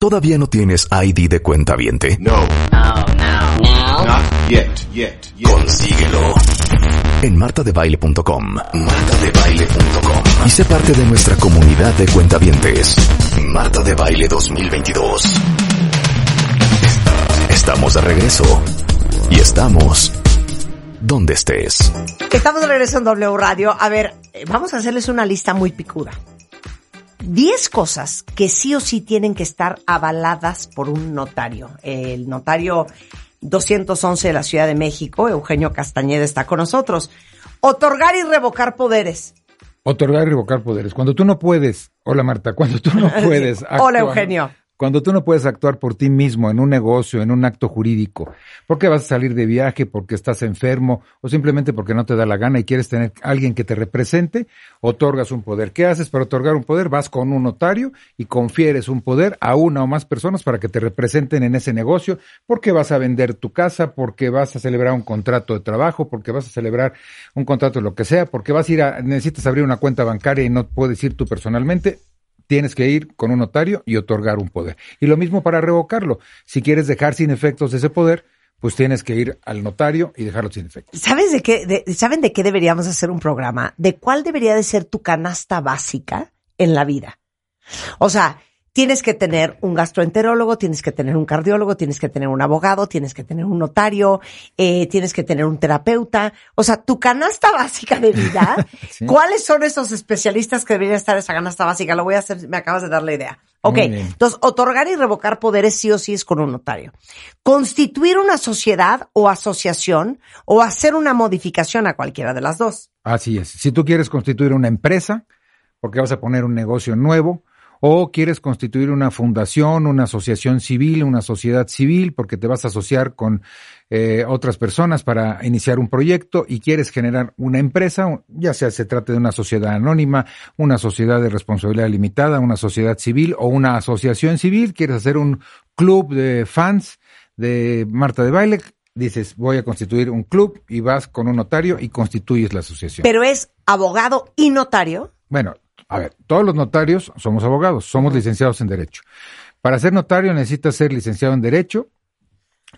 ¿Todavía no tienes ID de cuenta viente? No, No, no, no. not yet, yet, yet. Consíguelo en martadebaile.com. Martadebaile.com. Y sé parte de nuestra comunidad de cuentavientes. Marta de Baile 2022. Estamos de regreso. Y estamos donde estés. Estamos de regreso en W Radio. A ver, eh, vamos a hacerles una lista muy picuda. 10 cosas que sí o sí tienen que estar avaladas por un notario. El notario 211 de la Ciudad de México, Eugenio Castañeda, está con nosotros. Otorgar y revocar poderes. Otorgar y revocar poderes. Cuando tú no puedes, hola Marta, cuando tú no puedes actuar. Hola, Eugenio. Cuando tú no puedes actuar por ti mismo en un negocio, en un acto jurídico, porque vas a salir de viaje, porque estás enfermo o simplemente porque no te da la gana y quieres tener a alguien que te represente, otorgas un poder. ¿Qué haces para otorgar un poder? Vas con un notario y confieres un poder a una o más personas para que te representen en ese negocio, porque vas a vender tu casa, porque vas a celebrar un contrato de trabajo, porque vas a celebrar un contrato de lo que sea, porque vas a ir a, necesitas abrir una cuenta bancaria y no puedes ir tú personalmente, tienes que ir con un notario y otorgar un poder. Y lo mismo para revocarlo. Si quieres dejar sin efectos ese poder, pues tienes que ir al notario y dejarlo sin efectos. ¿Sabes de qué, de- ¿Saben de qué deberíamos hacer un programa? ¿De cuál debería de ser tu canasta básica en la vida? O sea, tienes que tener un gastroenterólogo, tienes que tener un cardiólogo, tienes que tener un abogado, tienes que tener un notario, eh, tienes que tener un terapeuta. O sea, tu canasta básica de vida, Sí. ¿cuáles son esos especialistas que deberían estar en esa canasta básica? Lo voy a hacer, me acabas de dar la idea. Ok, Muy bien. entonces, otorgar y revocar poderes sí o sí es con un notario. Constituir una sociedad o asociación o hacer una modificación a cualquiera de las dos. Así es. Si tú quieres constituir una empresa, porque vas a poner un negocio nuevo, o quieres constituir una fundación, una asociación civil, una sociedad civil, porque te vas a asociar con eh, otras personas para iniciar un proyecto y quieres generar una empresa, un- ya sea se trate de una sociedad anónima, una sociedad de responsabilidad limitada, una sociedad civil o una asociación civil, quieres hacer un club de fans de Marta de Baile, dices voy a constituir un club y vas con un notario y constituyes la asociación. Pero es abogado y notario. Bueno, a ver, todos los notarios somos abogados, somos licenciados en Derecho. Para ser notario necesitas ser licenciado en Derecho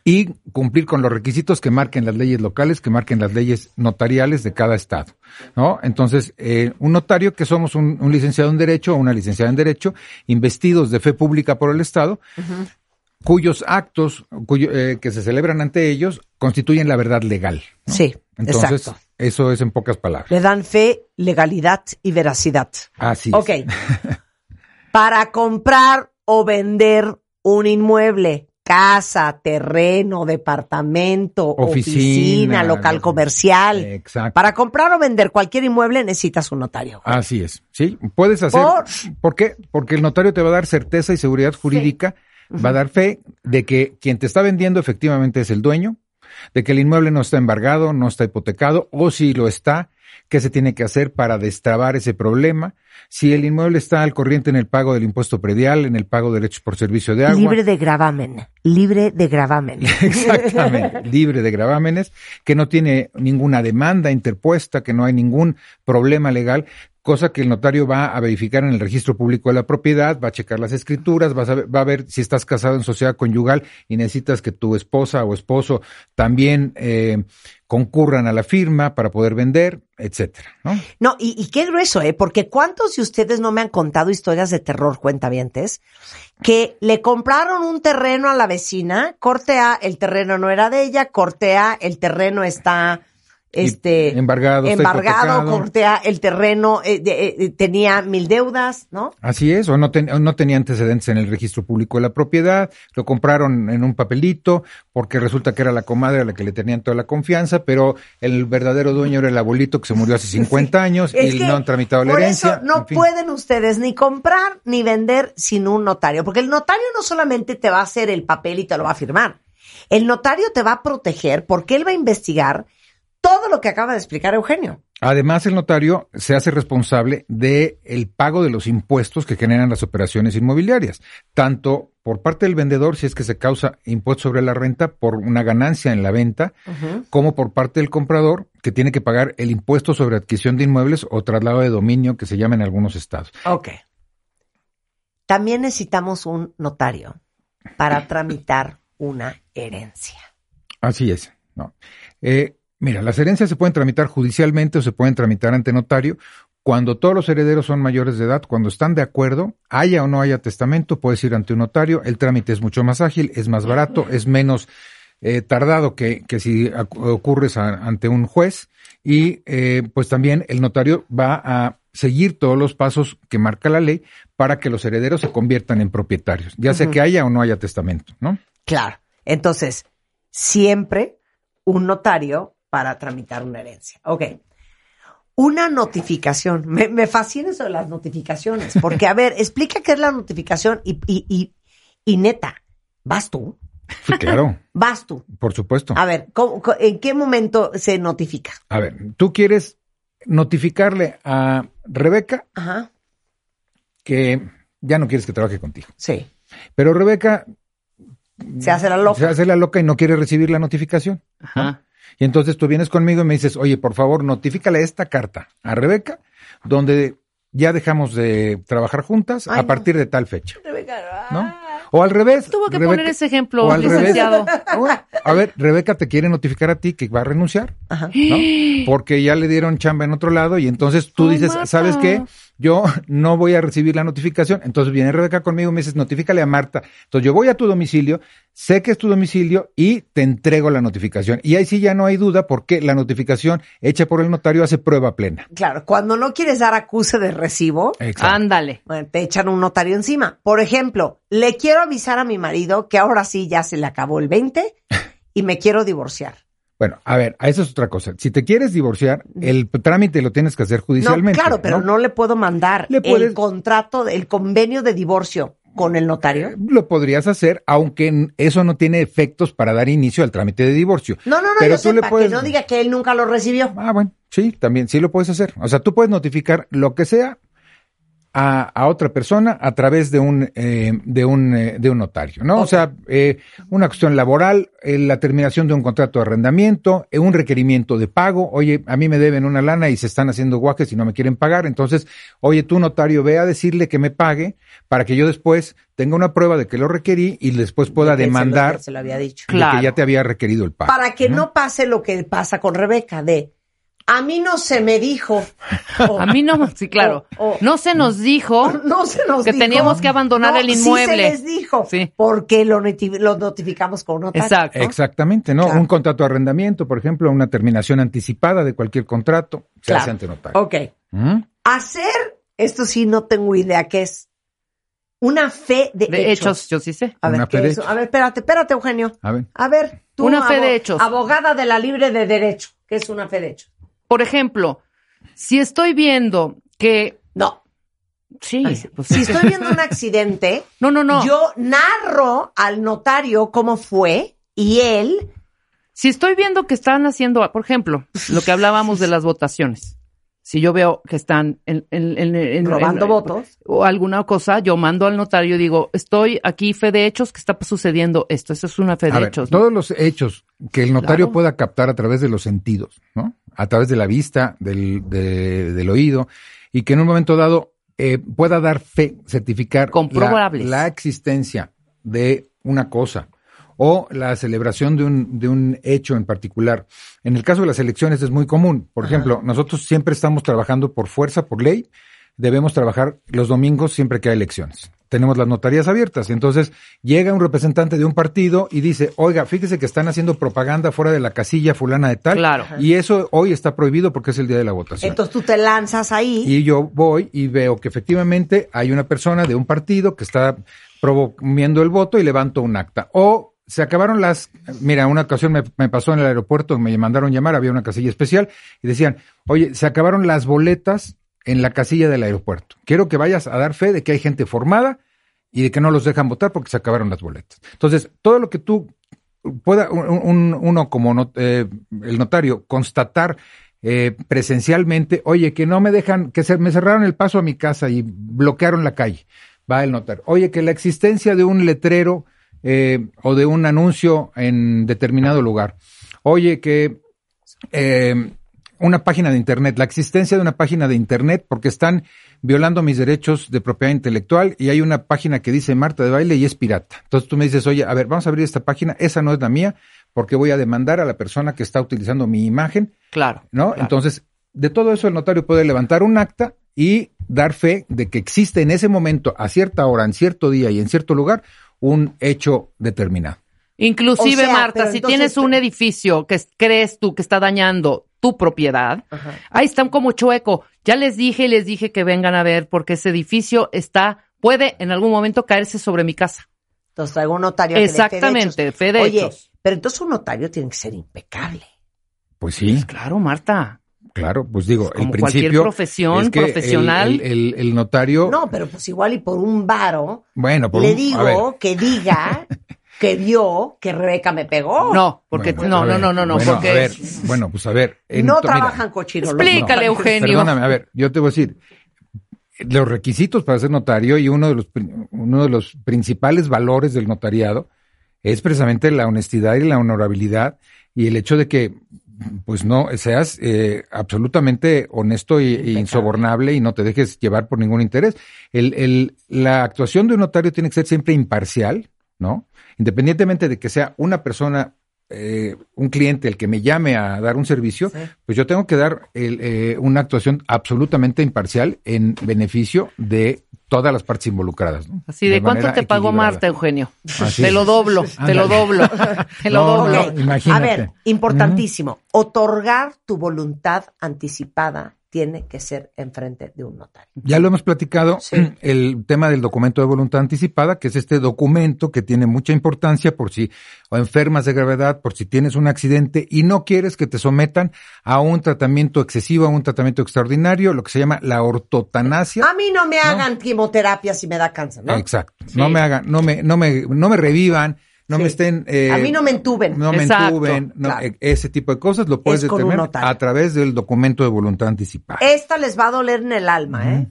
y cumplir con los requisitos que marquen las leyes locales, que marquen las leyes notariales de cada estado, ¿no? Entonces, eh, un notario que somos un, un licenciado en Derecho o una licenciada en Derecho, investidos de fe pública por el Estado, cuyos actos cuyo- eh, que se celebran ante ellos constituyen la verdad legal. Sí, Entonces, exacto. eso es en pocas palabras. Le dan fe, legalidad y veracidad. Así es. Ok. Para comprar o vender un inmueble, casa, terreno, departamento, oficina, Oficina, local lo- comercial. Exacto. Para comprar o vender cualquier inmueble necesitas un notario. Así es, sí. Puedes hacer. Por- ¿Por? qué? Porque el notario te va a dar certeza y seguridad jurídica, va a dar fe de que quien te está vendiendo efectivamente es el dueño, de que el inmueble no está embargado, no está hipotecado, o si lo está, qué se tiene que hacer para destrabar ese problema, si el inmueble está al corriente en el pago del impuesto predial, en el pago de derechos por servicio de agua. Libre de gravamen. Libre de gravamen. Exactamente, libre de gravámenes, que no tiene ninguna demanda interpuesta, que no hay ningún problema legal, cosa que el notario va a verificar en el registro público de la propiedad, va a checar las escrituras, va a, saber- va a ver si estás casado en sociedad conyugal y necesitas que tu esposa o esposo también eh, concurran a la firma para poder vender, etcétera, ¿no? No, y, y qué grueso, ¿eh? Porque ¿cuántos de ustedes no me han contado historias de terror, cuentavientes? Que le compraron un terreno a la vecina, cortea, el terreno no era de ella, cortea, el terreno está, este... Y embargado, está embargado, hipotecado. cortea, el terreno eh, de- eh, eh, tenía mil deudas, ¿no? Así es, o no, ten- o no tenía antecedentes en el registro público de la propiedad, lo compraron en un papelito porque resulta que era la comadre a la que le tenían toda la confianza, pero el verdadero dueño era el abuelito que se murió hace 50 años Es y que no han tramitado la por herencia. eso no en fin. pueden ustedes ni comprar ni vender sin un notario, porque el notario no solamente te va a hacer el papel y te lo va a firmar. El notario te va a proteger porque él va a investigar todo lo que acaba de explicar Eugenio. Además, el notario se hace responsable de el pago de los impuestos que generan las operaciones inmobiliarias, tanto por parte del vendedor si es que se causa impuesto sobre la renta por una ganancia en la venta, como por parte del comprador que tiene que pagar el impuesto sobre adquisición de inmuebles o traslado de dominio que se llama en algunos estados. Ok. También necesitamos un notario para tramitar una herencia. Así es. No. Eh, mira, las herencias se pueden tramitar judicialmente o se pueden tramitar ante notario. Cuando todos los herederos son mayores de edad, cuando están de acuerdo, haya o no haya testamento, puedes ir ante un notario. El trámite es mucho más ágil, es más barato, es menos eh, tardado que, que si acu- ocurres a- ante un juez. Y eh, pues también el notario va a seguir todos los pasos que marca la ley para que los herederos se conviertan en propietarios, ya sea Ujú. que haya o no haya testamento, ¿no? Claro. Entonces, siempre un notario para tramitar una herencia. Ok. Una notificación. Me, me fascina eso de las notificaciones, porque, a ver, explica qué es la notificación y, y, y, y neta, vas tú, Sí, claro, vas tú. por supuesto. A ver, ¿cómo- co- ¿en qué momento se notifica? A ver, tú quieres notificarle a Rebeca Ajá. que ya no quieres que trabaje contigo. Sí. Pero Rebeca Se hace la se loca. hace la loca y no quiere recibir la notificación. Ajá. Y entonces tú vienes conmigo y me dices, oye, por favor, notifícale esta carta a Rebeca, donde ya dejamos de trabajar juntas Ay, a no. Ah. partir de tal fecha. Rebeca, ¿No? O al revés. Tuvo que Rebeca- poner ese o ejemplo, al revés. licenciado. Ahora, A ver, Rebeca te quiere notificar a ti que va a renunciar. Ajá. ¿no? Porque ya le dieron chamba en otro lado y entonces tú Ay, dices, Marta. ¿sabes qué? Yo no voy a recibir la notificación. Entonces viene Rebeca conmigo y me dices, notifícale a Marta. Entonces yo voy a tu domicilio, sé que es tu domicilio y te entrego la notificación. Y ahí sí ya no hay duda porque la notificación hecha por el notario hace prueba plena. Claro, cuando no quieres dar acuse de recibo, Ándale. Bueno, eh, te echan un notario encima. Por ejemplo, le quiero avisar a mi marido que ahora sí ya se le acabó el 20 y me quiero divorciar. Bueno, a ver, a eso es otra cosa. Si te quieres divorciar, el trámite lo tienes que hacer No, judicialmente. claro, pero ¿no? ¿no? le puedo mandar Le el puedes- contrato, el convenio de divorcio con el notario. Lo podrías hacer, aunque n- eso no tiene efectos para dar inicio al trámite de divorcio. No, no, no, Pero yo tú le sepa, puedes- que no diga que él nunca lo recibió. Ah, bueno, sí, también, sí lo puedes hacer. O sea, tú puedes notificar lo que sea a, a otra persona a través de un, eh, de un, eh, de un notario, ¿no? O Ok. sea, eh, una cuestión laboral, eh, la terminación de un contrato de arrendamiento, eh, un requerimiento de pago. Oye, a mí me deben una lana y se están haciendo guajes y no me quieren pagar. Entonces, oye, tú notario, ve a decirle que me pague para que yo después tenga una prueba de que lo requerí y después pueda Que se lo- demandar que Se lo, había dicho. de que Claro. ya te había requerido el pago. Para que no pase lo que pasa con Rebeca de, a mí no se me dijo. o, A mí no, sí, claro. O- o- No se nos dijo No se nos que dijo. teníamos que abandonar No, el Sí se inmueble. les dijo. Sí. Porque lo, noti- lo notificamos con nota. Exacto. Exactamente, ¿no? Claro. Un contrato de arrendamiento, por ejemplo, una terminación anticipada de cualquier contrato, se Claro. hace ante notario. Ok. ¿Mm? Hacer, esto sí no tengo idea qué es. Una fe de, De hechos, yo sí sé. A ver, Una ¿qué fe de es? hechos. A ver, espérate, espérate, Eugenio. A ver, A ver, tú. Una fe de hechos. Abogada de la libre de derecho. ¿Qué es una fe de hechos? Por ejemplo, si estoy viendo que. No. Sí, pues Si sí. estoy viendo un accidente, No, no, no. yo narro al notario cómo fue y él. Si estoy viendo que están haciendo, por ejemplo, lo que hablábamos de las votaciones. Si yo veo que están en, en- en- en- Robando en- votos. o alguna cosa, yo mando al notario y digo, estoy aquí fe de hechos que está sucediendo esto. Esto es una fe a de ver, hechos. todos los hechos que el notario Claro. pueda captar a través de los sentidos, ¿no? A través de la vista, del, de- del oído, y que en un momento dado eh, pueda dar fe, certificar la- Comprobables. la existencia de una cosa o la celebración de un, de un hecho en particular. En el caso de las elecciones es muy común. Por ejemplo, nosotros siempre estamos trabajando por fuerza, por ley. Debemos trabajar los domingos siempre que hay elecciones. Tenemos las notarías abiertas. Entonces llega un representante de un partido y dice, oiga, fíjese que están haciendo propaganda fuera de la casilla fulana de tal. Claro. Y eso hoy está prohibido porque es el día de la votación. Entonces tú te lanzas ahí. Y yo voy y veo que efectivamente hay una persona de un partido que está promoviendo el voto y levanto un acta. O se acabaron las... Mira, una ocasión me, me pasó en el aeropuerto, me mandaron llamar, había una casilla especial y decían, oye, se acabaron las boletas en la casilla del aeropuerto. Quiero que vayas a dar fe de que hay gente formada y de que no los dejan votar porque se acabaron las boletas. Entonces, todo lo que tú pueda un- un- uno como not- eh, el notario constatar eh, presencialmente, oye, que no me dejan, que se, me cerraron el paso a mi casa y bloquearon la calle, va el notario. Oye, que la existencia de un letrero eh, o de un anuncio en determinado lugar. Oye, que eh, una página de Internet, la existencia de una página de Internet, porque están violando mis derechos de propiedad intelectual y hay una página que dice Marta de Baile y es pirata. Entonces tú me dices, oye, a ver, vamos a abrir esta página, esa no es la mía, porque voy a demandar a la persona que está utilizando mi imagen, Claro. ¿no? claro. Entonces, de todo eso el notario puede levantar un acta y dar fe de que existe en ese momento, a cierta hora, en cierto día y en cierto lugar, un hecho determinado. Inclusive, O sea, Marta, pero si entonces- tienes un edificio que es- crees tú que está dañando tu propiedad, Ajá. ahí están como chueco. Ya les dije y les dije que vengan a ver porque ese edificio está, puede en algún momento caerse sobre mi casa. Entonces traigo un notario que le esté derechos. Exactamente, fe de Oye, hechos. pero entonces un notario tiene que ser impecable. Pues sí, Claro, Marta. claro, pues digo, el Como cualquier principio profesión es que el- profesional. el, el- el notario, No, pero pues igual y por un varo bueno, por le un- a ver, digo que diga que vio que Rebeca me pegó. no, porque bueno, no, a no, ver, no, no, no, bueno, porque a ver, bueno, pues a ver, en No to- mira, trabajan cochinos. los Explícale, notarios. Eugenio. Perdóname, a ver, yo te voy a decir los requisitos para ser notario y uno de los prin- uno de los principales valores del notariado es precisamente la honestidad y la honorabilidad y el hecho de que pues no seas eh, absolutamente honesto y- e insobornable y no te dejes llevar por ningún interés. El- el- la actuación de un notario tiene que ser siempre imparcial, ¿no? Independientemente de que sea una persona, eh, un cliente el que me llame a dar un servicio, pues yo tengo que dar el, eh, una actuación absolutamente imparcial en beneficio de todas las partes involucradas. ¿no? así de, cuánto manera te pagó equilibrada. Marta, Eugenio. Así Te lo es. doblo, te lo Ándale. doblo, te lo No, doblo. no, Ok, imagínate. A ver, importantísimo. Otorgar tu voluntad anticipada tiene que ser enfrente de un notario. Ya lo hemos platicado, Sí. el tema del documento de voluntad anticipada, que es este documento que tiene mucha importancia por si o enfermas de gravedad, por si tienes un accidente y no quieres que te sometan a un tratamiento excesivo, a un tratamiento extraordinario, lo que se llama la ortotanasia. A mí no me hagan quimioterapia si me da cáncer, Ah, ¿no? Exacto. No me hagan, no me, no me, no me revivan, no Sí. me estén. eh, A mí no me entuben. No me Exacto, entuben, no, claro. eh, ese tipo de cosas lo puedes Es con un determinar notario. a través del documento de voluntad anticipada. Esta les va a doler en el alma, ¿eh?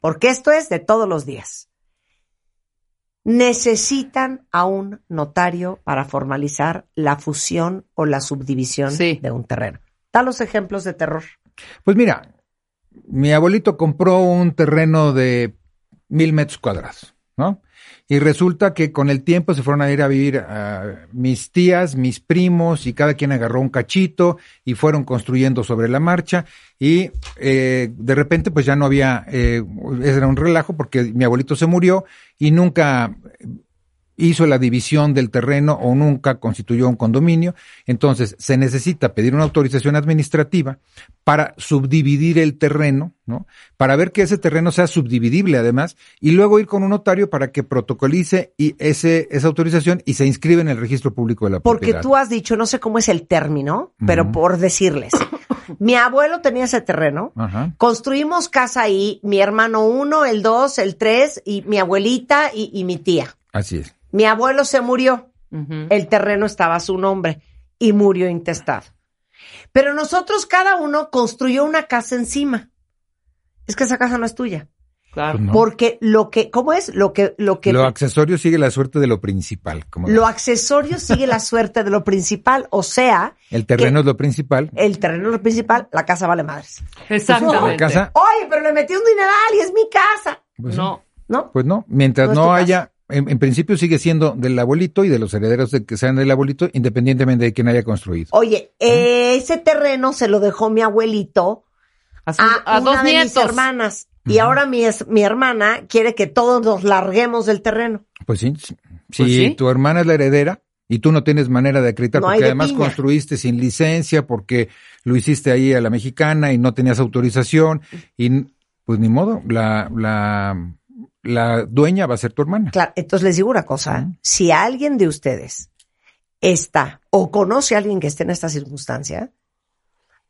Porque esto es de todos los días. Necesitan a un notario para formalizar la fusión o la subdivisión Sí. de un terreno. Da los ejemplos de terror. Pues mira, mi abuelito compró un terreno de mil metros cuadrados, ¿no? Y resulta que con el tiempo se fueron a ir a vivir a mis tías, mis primos, y cada quien agarró un cachito y fueron construyendo sobre la marcha. Y eh, de repente, pues ya no había, eh, ese era un relajo porque mi abuelito se murió y nunca hizo la división del terreno o nunca constituyó un condominio. Entonces, se necesita pedir una autorización administrativa para subdividir el terreno, ¿no? Para ver que ese terreno sea subdividible además, y luego ir con un notario para que protocolice y ese, esa autorización y se inscribe en el registro público de la Porque propiedad. tú has dicho, no sé cómo es el término, pero Ujú. por decirles, mi abuelo tenía ese terreno, Ajá. construimos casa ahí, mi hermano uno, el dos, el tres, y mi abuelita y, y mi tía. Así es. Mi abuelo se murió, Ujú. el terreno estaba a su nombre y murió intestado. Pero nosotros cada uno construyó una casa encima. Es que esa casa no es tuya. Claro. Pues no. Porque lo que, ¿cómo es? Lo que, lo que Lo accesorio sigue la suerte de lo principal. Como lo accesorio sigue la suerte de lo principal, o sea, el terreno que- es lo principal. el terreno es lo principal, la casa vale madres. La Exactamente. casa, Oye, pero le metí un dineral y es mi casa, pues, No, ¿no? Pues no, mientras No no, es tu haya, en, en principio sigue siendo del abuelito y de los herederos de que sean del abuelito, independientemente de quién haya construido. Oye, ese terreno se lo dejó mi abuelito a, sus- a, a Ah, una dos de mis nietos. hermanas. Y ahora mi, es- mi hermana quiere que todos nos larguemos del terreno. Pues sí, si sí. tu hermana es la heredera y tú no tienes manera de acreditar No hay porque de además piña. construiste sin licencia, porque lo hiciste ahí a la mexicana y no tenías autorización y n- pues ni modo, la, la, la dueña va a ser tu hermana. Claro, entonces les digo una cosa, ¿eh? Ujú. si alguien de ustedes está o conoce a alguien que esté en esta circunstancia,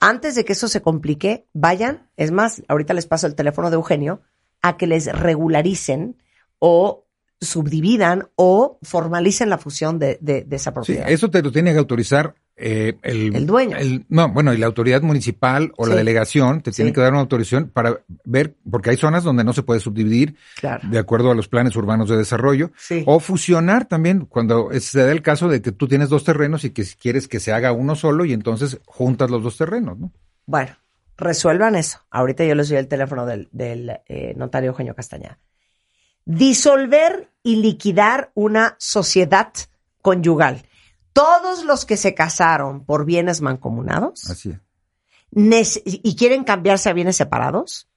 antes de que eso se complique, vayan, es más, ahorita les paso el teléfono de Eugenio, a que les regularicen o subdividan o formalicen la fusión de, de- de esa Sí, propiedad. eso te lo tiene que autorizar eh, el, El dueño. no, bueno, y la autoridad municipal o la Sí. delegación te tiene Sí. que dar una autorización para ver, porque hay zonas donde no se puede subdividir claro. de acuerdo a los planes urbanos de desarrollo. Sí. O fusionar también, cuando es- se da el caso de que tú tienes dos terrenos y que si quieres que se haga uno solo y entonces juntas los dos terrenos, ¿no? Bueno, resuelvan eso. Ahorita yo les doy el teléfono del, del, eh, notario Eugenio Castañeda. Disolver y liquidar una sociedad conyugal. Todos los que se casaron por bienes mancomunados Así es. nece- y quieren cambiarse a bienes separados,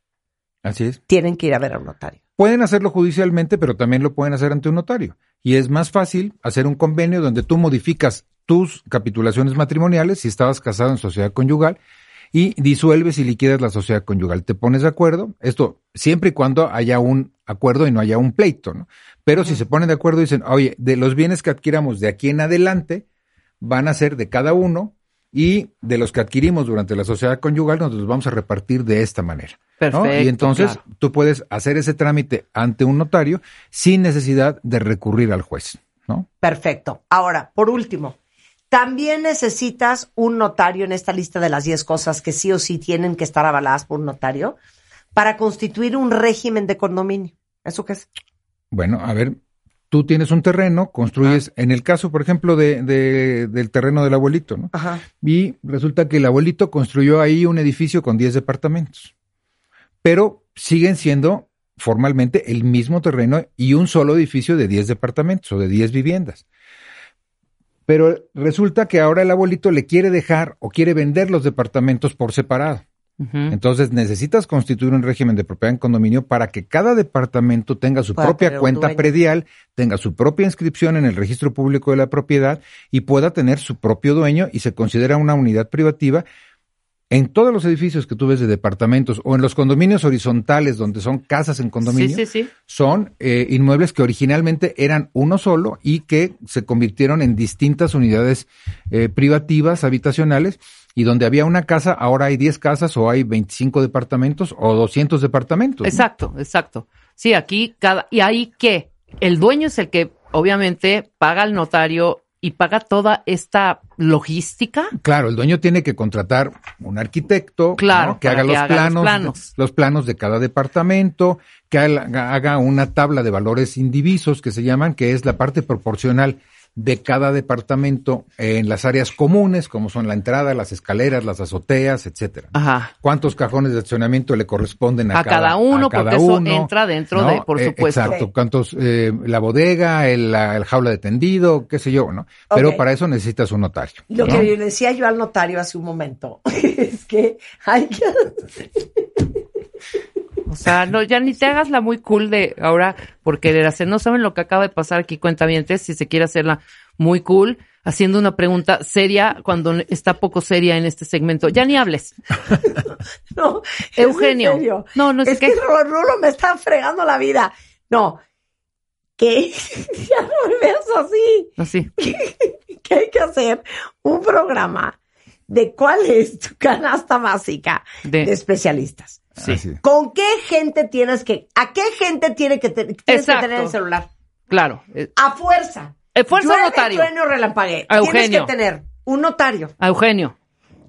Así es. tienen que ir a ver a un notario. Pueden hacerlo judicialmente, pero también lo pueden hacer ante un notario. Y es más fácil hacer un convenio donde tú modificas tus capitulaciones matrimoniales si estabas casado en sociedad conyugal y disuelves y liquidas la sociedad conyugal. Te pones de acuerdo, esto siempre y cuando haya un acuerdo y no haya un pleito, ¿no? Pero si se ponen de acuerdo y dicen, oye, de los bienes que adquiramos de aquí en adelante van a ser de cada uno y de los que adquirimos durante la sociedad conyugal nos los vamos a repartir de esta manera. ¿no? Perfecto. Y entonces claro. tú puedes hacer ese trámite ante un notario sin necesidad de recurrir al juez, ¿no? Perfecto. Ahora, por último, también necesitas un notario en esta lista de las 10 cosas que sí o sí tienen que estar avaladas por un notario para constituir un régimen de condominio. ¿Eso qué es? Bueno, a ver, tú tienes un terreno, construyes, en el caso, por ejemplo, de, de- del terreno del abuelito, ¿no? Ajá. Y resulta que el abuelito construyó ahí un edificio con 10 departamentos, pero siguen siendo formalmente el mismo terreno y un solo edificio de 10 departamentos o de 10 viviendas. Pero resulta que ahora el abuelito le quiere dejar o quiere vender los departamentos por separado. Ujú. Entonces necesitas constituir un régimen de propiedad en condominio para que cada departamento tenga su Pueda tener propia un cuenta dueño. predial, tenga su propia inscripción en el registro público de la propiedad y pueda tener su propio dueño y se considera una unidad privativa. En todos los edificios que tú ves de departamentos o en los condominios horizontales donde son casas en Sí, condominio, sí, sí. son eh, inmuebles que originalmente eran uno solo y que se convirtieron en distintas unidades eh, privativas, habitacionales, y donde había una casa, ahora hay 10 casas o hay 25 departamentos o 200 departamentos. ¿no? Exacto, exacto. Sí, aquí cada y ahí que el dueño es el que obviamente paga al notario y paga toda esta logística. Claro, el dueño tiene que contratar un arquitecto ¿no? Claro, que para haga, que los, haga los planos, planos. los planos de cada departamento, que haga haga una tabla de valores indivisos que se llaman, que es la parte proporcional de cada departamento en las áreas comunes, como son la entrada, las escaleras, las azoteas, etcétera. Ajá. ¿Cuántos cajones de accionamiento le corresponden a, Ah. A cada uno, a cada porque eso uno, entra dentro de, por Eh, supuesto. Exacto, cuántos, eh, la bodega, el, la- el jaula de tendido, qué sé yo, ¿no? Pero Ok. para eso necesitas un notario. Y lo ¿no? que le decía yo al notario hace un momento es que hay que... O sea, no, ya ni te hagas la muy cool de ahora por querer hacer. No saben lo que acaba de pasar aquí, cuentavientes, si se quiere hacerla muy cool, haciendo una pregunta seria cuando está poco seria en este segmento. Ya ni hables. No, es Eugenio. en serio. No, no es sé qué. que Ru- Rulo me está fregando la vida. No, que ya no me veas así. Así. que hay que hacer un programa de cuál es tu canasta básica de De, especialistas. Ah, sí, Así. ¿Con qué gente tienes que, a qué gente tiene que, te- tienes que Exacto. tener el celular? claro. Eh, A fuerza. eh, Fuerza Llueve, notario. trueno, relampaguee. A Tienes que Eugenio. tener un notario. A Eugenio.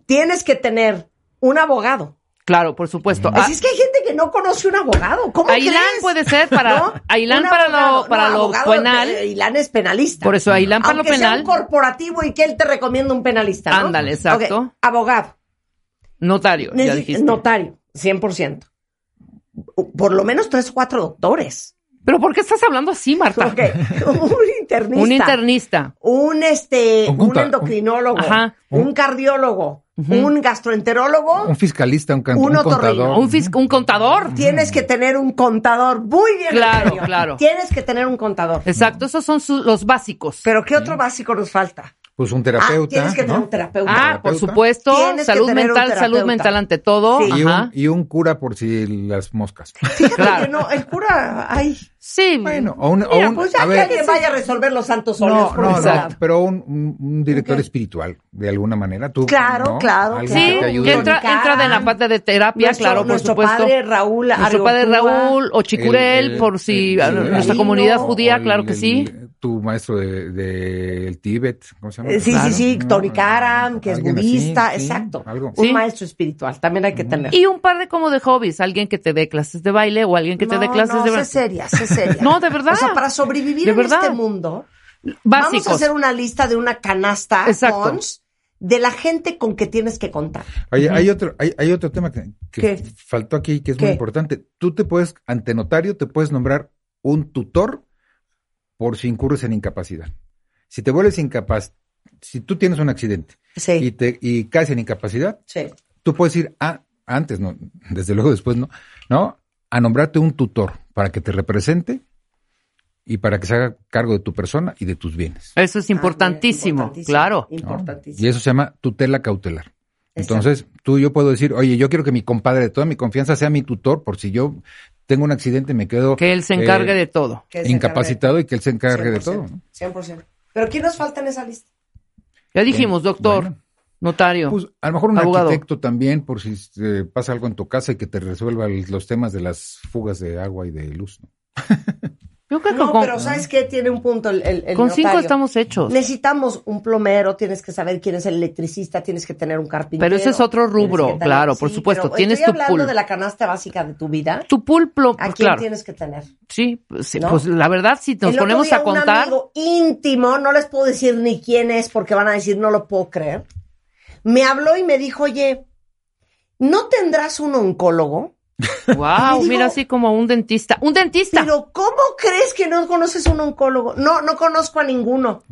Tienes que tener un abogado. Claro, por supuesto. Ah, Así es que hay gente que no conoce un abogado. Pues ¿Cómo Ailán crees? puede ser para ¿No? Ailán Un para lo abogado. para No, lo abogado, penal. eh, Ailán es penalista. por eso Ailán para lo Aunque sea penal. un corporativo y que él te recomienda un penalista. ¿no? Ándale, exacto. Ok, Abogado, Notario, ya Necesi- dijiste. notario, 100%. O- Por lo menos tres, cuatro doctores. Pero ¿por qué estás hablando así, Marta? Ok, un internista. Un internista. Un, este, Un un, conta- endocrinólogo. Ajá. Un cardiólogo. Ujú. Un gastroenterólogo. Un fiscalista, un, can- Un un otorrino, contador. Un, fis- un contador. Tienes que tener un contador. Muy bien. Claro, Eugenio. claro. Tienes que tener un contador. Exacto, esos son su- los básicos. Pero ¿qué otro básico nos falta? Pues un Ah, terapeuta. tienes que tener ¿no? un terapeuta. ah, por terapeuta. supuesto, Tienes que salud tener un mental, salud terapeuta. mental ante todo. Sí. Y Ajá. un, y un cura por si las moscas. Fíjate claro. que no, el cura, ay, Sí. Bueno, o un, o mira, un- pues a ya que ver, alguien vaya a resolver los santos óleos no, por no, ese no, lado. pero un, un- un director espiritual, de alguna manera, tú. Claro, ¿no? claro, Alguien Sí, que te claro. ayude. entra, entra de la parte de terapia, Nuestro- claro, por nuestro supuesto. padre Raúl nuestro padre Ariontúa. Raúl o Chicurel, El- el- por si el- a- el- nuestra el- comunidad el- judía, O claro que el- sí. Tu maestro del de, del Tíbet, ¿cómo se llama? Eh, Sí, Claro. sí, sí, Tony Karam, que es Alguien así, budista, sí, exacto. algo. Un Sí. maestro espiritual, también hay que tener. Y un par de como de hobbies, alguien que te dé clases de baile o alguien que te dé No, clases no, de sé seria, sé seria. No, de verdad. O sea, para sobrevivir De en verdad. este mundo, básicos. vamos a hacer una lista de una canasta Exacto. cons de la gente con que tienes que contar. Oye, hay otro, hay, hay otro tema que, que ¿Qué? faltó aquí que es ¿Qué? muy importante. Tú te puedes, ante notario, te puedes nombrar un tutor por si incurres en incapacidad. Si te vuelves incapaz, si tú tienes un accidente y, Sí, te, y caes en incapacidad, sí. tú puedes ir a, antes, no, desde luego después no, no, a nombrarte un tutor para que te represente y para que se haga cargo de tu persona y de tus bienes. Eso es importantísimo, Ah, mira, claro. ¿no? Importantísimo. Y eso se llama tutela cautelar. Exacto. Entonces, tú yo puedo decir, oye, yo quiero que mi compadre de toda mi confianza sea mi tutor, por si yo tengo un accidente y me quedo Que él se eh, encargue de todo. Que se incapacitado y que él se encargue de todo. ¿no? 100%. Pero ¿quién nos falta en esa lista? Ya dijimos, Bien, doctor, bueno. notario. Pues, a lo mejor un Abogado. arquitecto también, por si eh, pasa algo en tu casa y que te resuelva el- los temas de las fugas de agua y de luz. ¿no? Yo creo que No, con, pero ¿sabes qué? Tiene un punto el, el- el con cinco notario. estamos hechos. Necesitamos un plomero, tienes que saber quién es el electricista, tienes que tener un carpintero. Pero ese es otro tienes rubro, que tener- claro, por supuesto, pero tienes estoy tu hablando pool. de la canasta básica de tu vida. Tu pulpo, ¿A pues, quién claro. tienes que tener? Sí, pues, sí, ¿No? pues, la verdad, si nos El otro ponemos día a Un contar, amigo íntimo, no les puedo decir ni quién es porque van a decir no lo puedo creer. Me habló y me dijo, oye, ¿no tendrás un oncólogo? wow, digo- mira así como un dentista. ¡Un dentista! Pero ¿cómo crees que no conoces un oncólogo? No, no conozco a ninguno.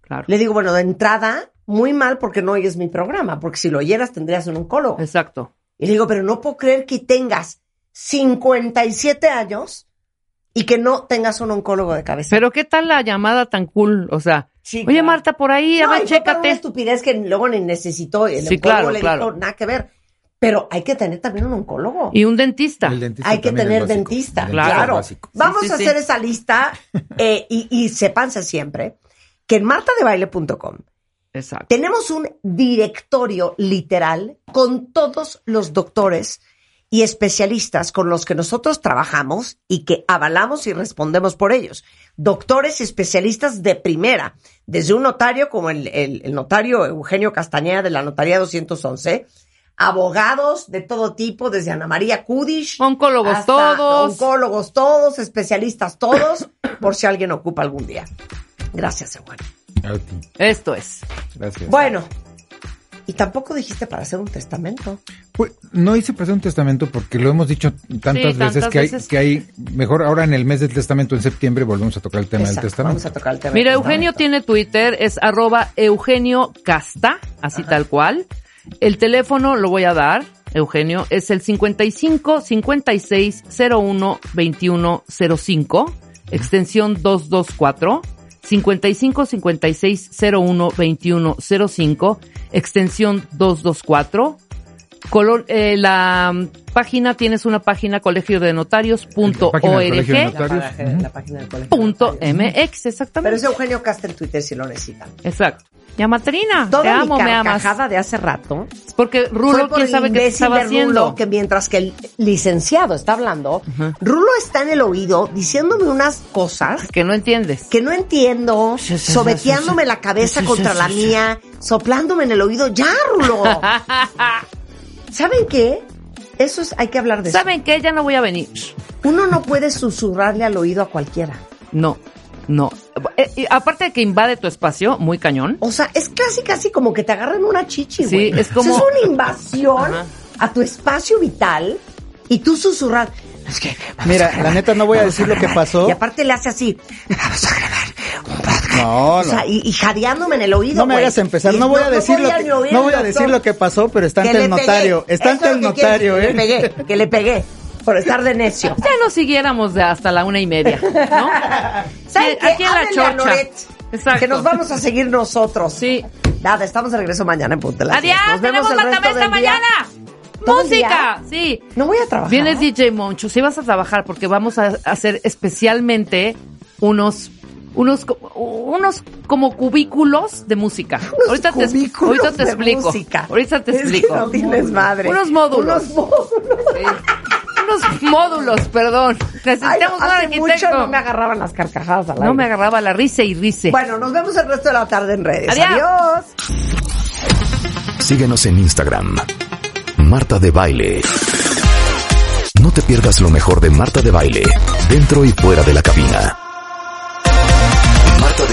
Claro, Le digo, bueno, de entrada, muy mal porque no oyes mi programa, porque si lo oyeras tendrías un oncólogo. exacto. Y le digo, pero no puedo creer que tengas 57 años y que no tengas un oncólogo de cabeza. Pero ¿qué tal la llamada tan cool? O sea, Sí, oye claro. Marta, por ahí, a No, ver, y fue para chécate. Una estupidez que luego ni necesitó. El Sí, oncólogo claro, le claro. dijo, nada que ver. Pero hay que tener también un oncólogo. Y un dentista. El dentista hay que también tener es básico. dentista, El Claro. es claro. básico. Vamos Sí, sí, a sí. hacer esa lista eh, y, y sepanse siempre que en martadebaile.com Exacto. tenemos un directorio literal con todos los doctores y especialistas con los que nosotros trabajamos y que avalamos y respondemos por ellos. Doctores y especialistas de primera, desde un notario como el, el- el notario Eugenio Castañeda de la Notaría 211, abogados de todo tipo, desde Ana María Kudish. Oncólogos hasta todos. Oncólogos todos, especialistas todos, por si alguien ocupa algún día. Gracias, Eugenio. A ti. Esto es. Gracias. Bueno, y tampoco dijiste para hacer un testamento. Pues, no hice presente un testamento porque lo hemos dicho tantas veces, Sí, tantas que, hay, veces. que hay, mejor ahora en el mes del testamento, en septiembre, volvemos a tocar el tema Exacto, del testamento. Vamos a tocar el tema. Mira, del Eugenio testamento. tiene Twitter, es arroba Eugenio Casta, así tal cual. El teléfono lo voy a dar, Eugenio, es el 55 56 01 21 05, extensión 224, 55 56 01 21 05, extensión 224. Color, eh, la mm, página, tienes una página colegio de La página del Colegio de La, página- Ujú. la página del colegio. punto de notarios. mx, Pero exactamente. es Eugenio Casta en Twitter si lo necesitan. Exacto. Ya Matrina, te Toda amo, mi me amas. carcajada de hace rato Porque fue Rulo, por quién el sabe qué imbécil estaba de Rulo, haciendo. que mientras que el licenciado está hablando, Rulo está en el oído diciéndome unas cosas Que no entiendes. que no entiendo, sobeteándome la cabeza contra la mía, soplándome en el oído. ¡Ya, Rulo! ¿Saben qué? Eso es, hay que hablar de eso. ¿Saben qué? Ya no voy a venir. Uno no puede susurrarle al oído a cualquiera. No, no. Eh, y aparte de que invade tu espacio, muy cañón. O sea, es casi, casi como que te agarran una chichi, Sí, güey. es como- O sea, es una invasión Ajá. a tu espacio vital y tú susurras. Es que vamos Mira, a grabar, la neta no voy a vamos decir lo que grabar. pasó. Y aparte le hace así, vamos a grabar un podcast. No, O sea, no. y, y jadeándome en el oído, No me güey. hagas empezar, Y no voy a decir lo voy a que ni oír no al voy a doctor. decir lo que pasó, pero está ante le el notario, pegué. está Eso ante es el lo que quieres, notario, que eh. Le pegué, que le pegué por estar de necio. Ya no siguiéramos de hasta la una y media, ¿no? ¿Saben qué? Aquí en la Háblenle a chorcha. Loret, Exacto. Que nos vamos a seguir nosotros. Sí. Nada, estamos de regreso mañana en Punta de las Adiós, Diez. Nos vemos tenemos el resto la esta del día. mañana. ¿Todo el Música, sí. No voy a trabajar. Vienes DJ Moncho, si vas a trabajar porque vamos a hacer especialmente unos unos co- unos como cubículos de música. Unos ahorita te cubículos ahorita te de explico. música. Ahorita te Es que explico. no tienes madre. Unos módulos. Unos módulos. Unos módulos, perdón. Ay, no, Necesitamos un hace mucho arquitecto. no me agarraban las carcajadas al No me aire. agarraba la risa y risa. Bueno, nos vemos el resto de la tarde en redes. Adiós. Adiós. Síguenos en Instagram. Marta de Baile. No te pierdas lo mejor de Marta de Baile, dentro y fuera de la cabina. Marta de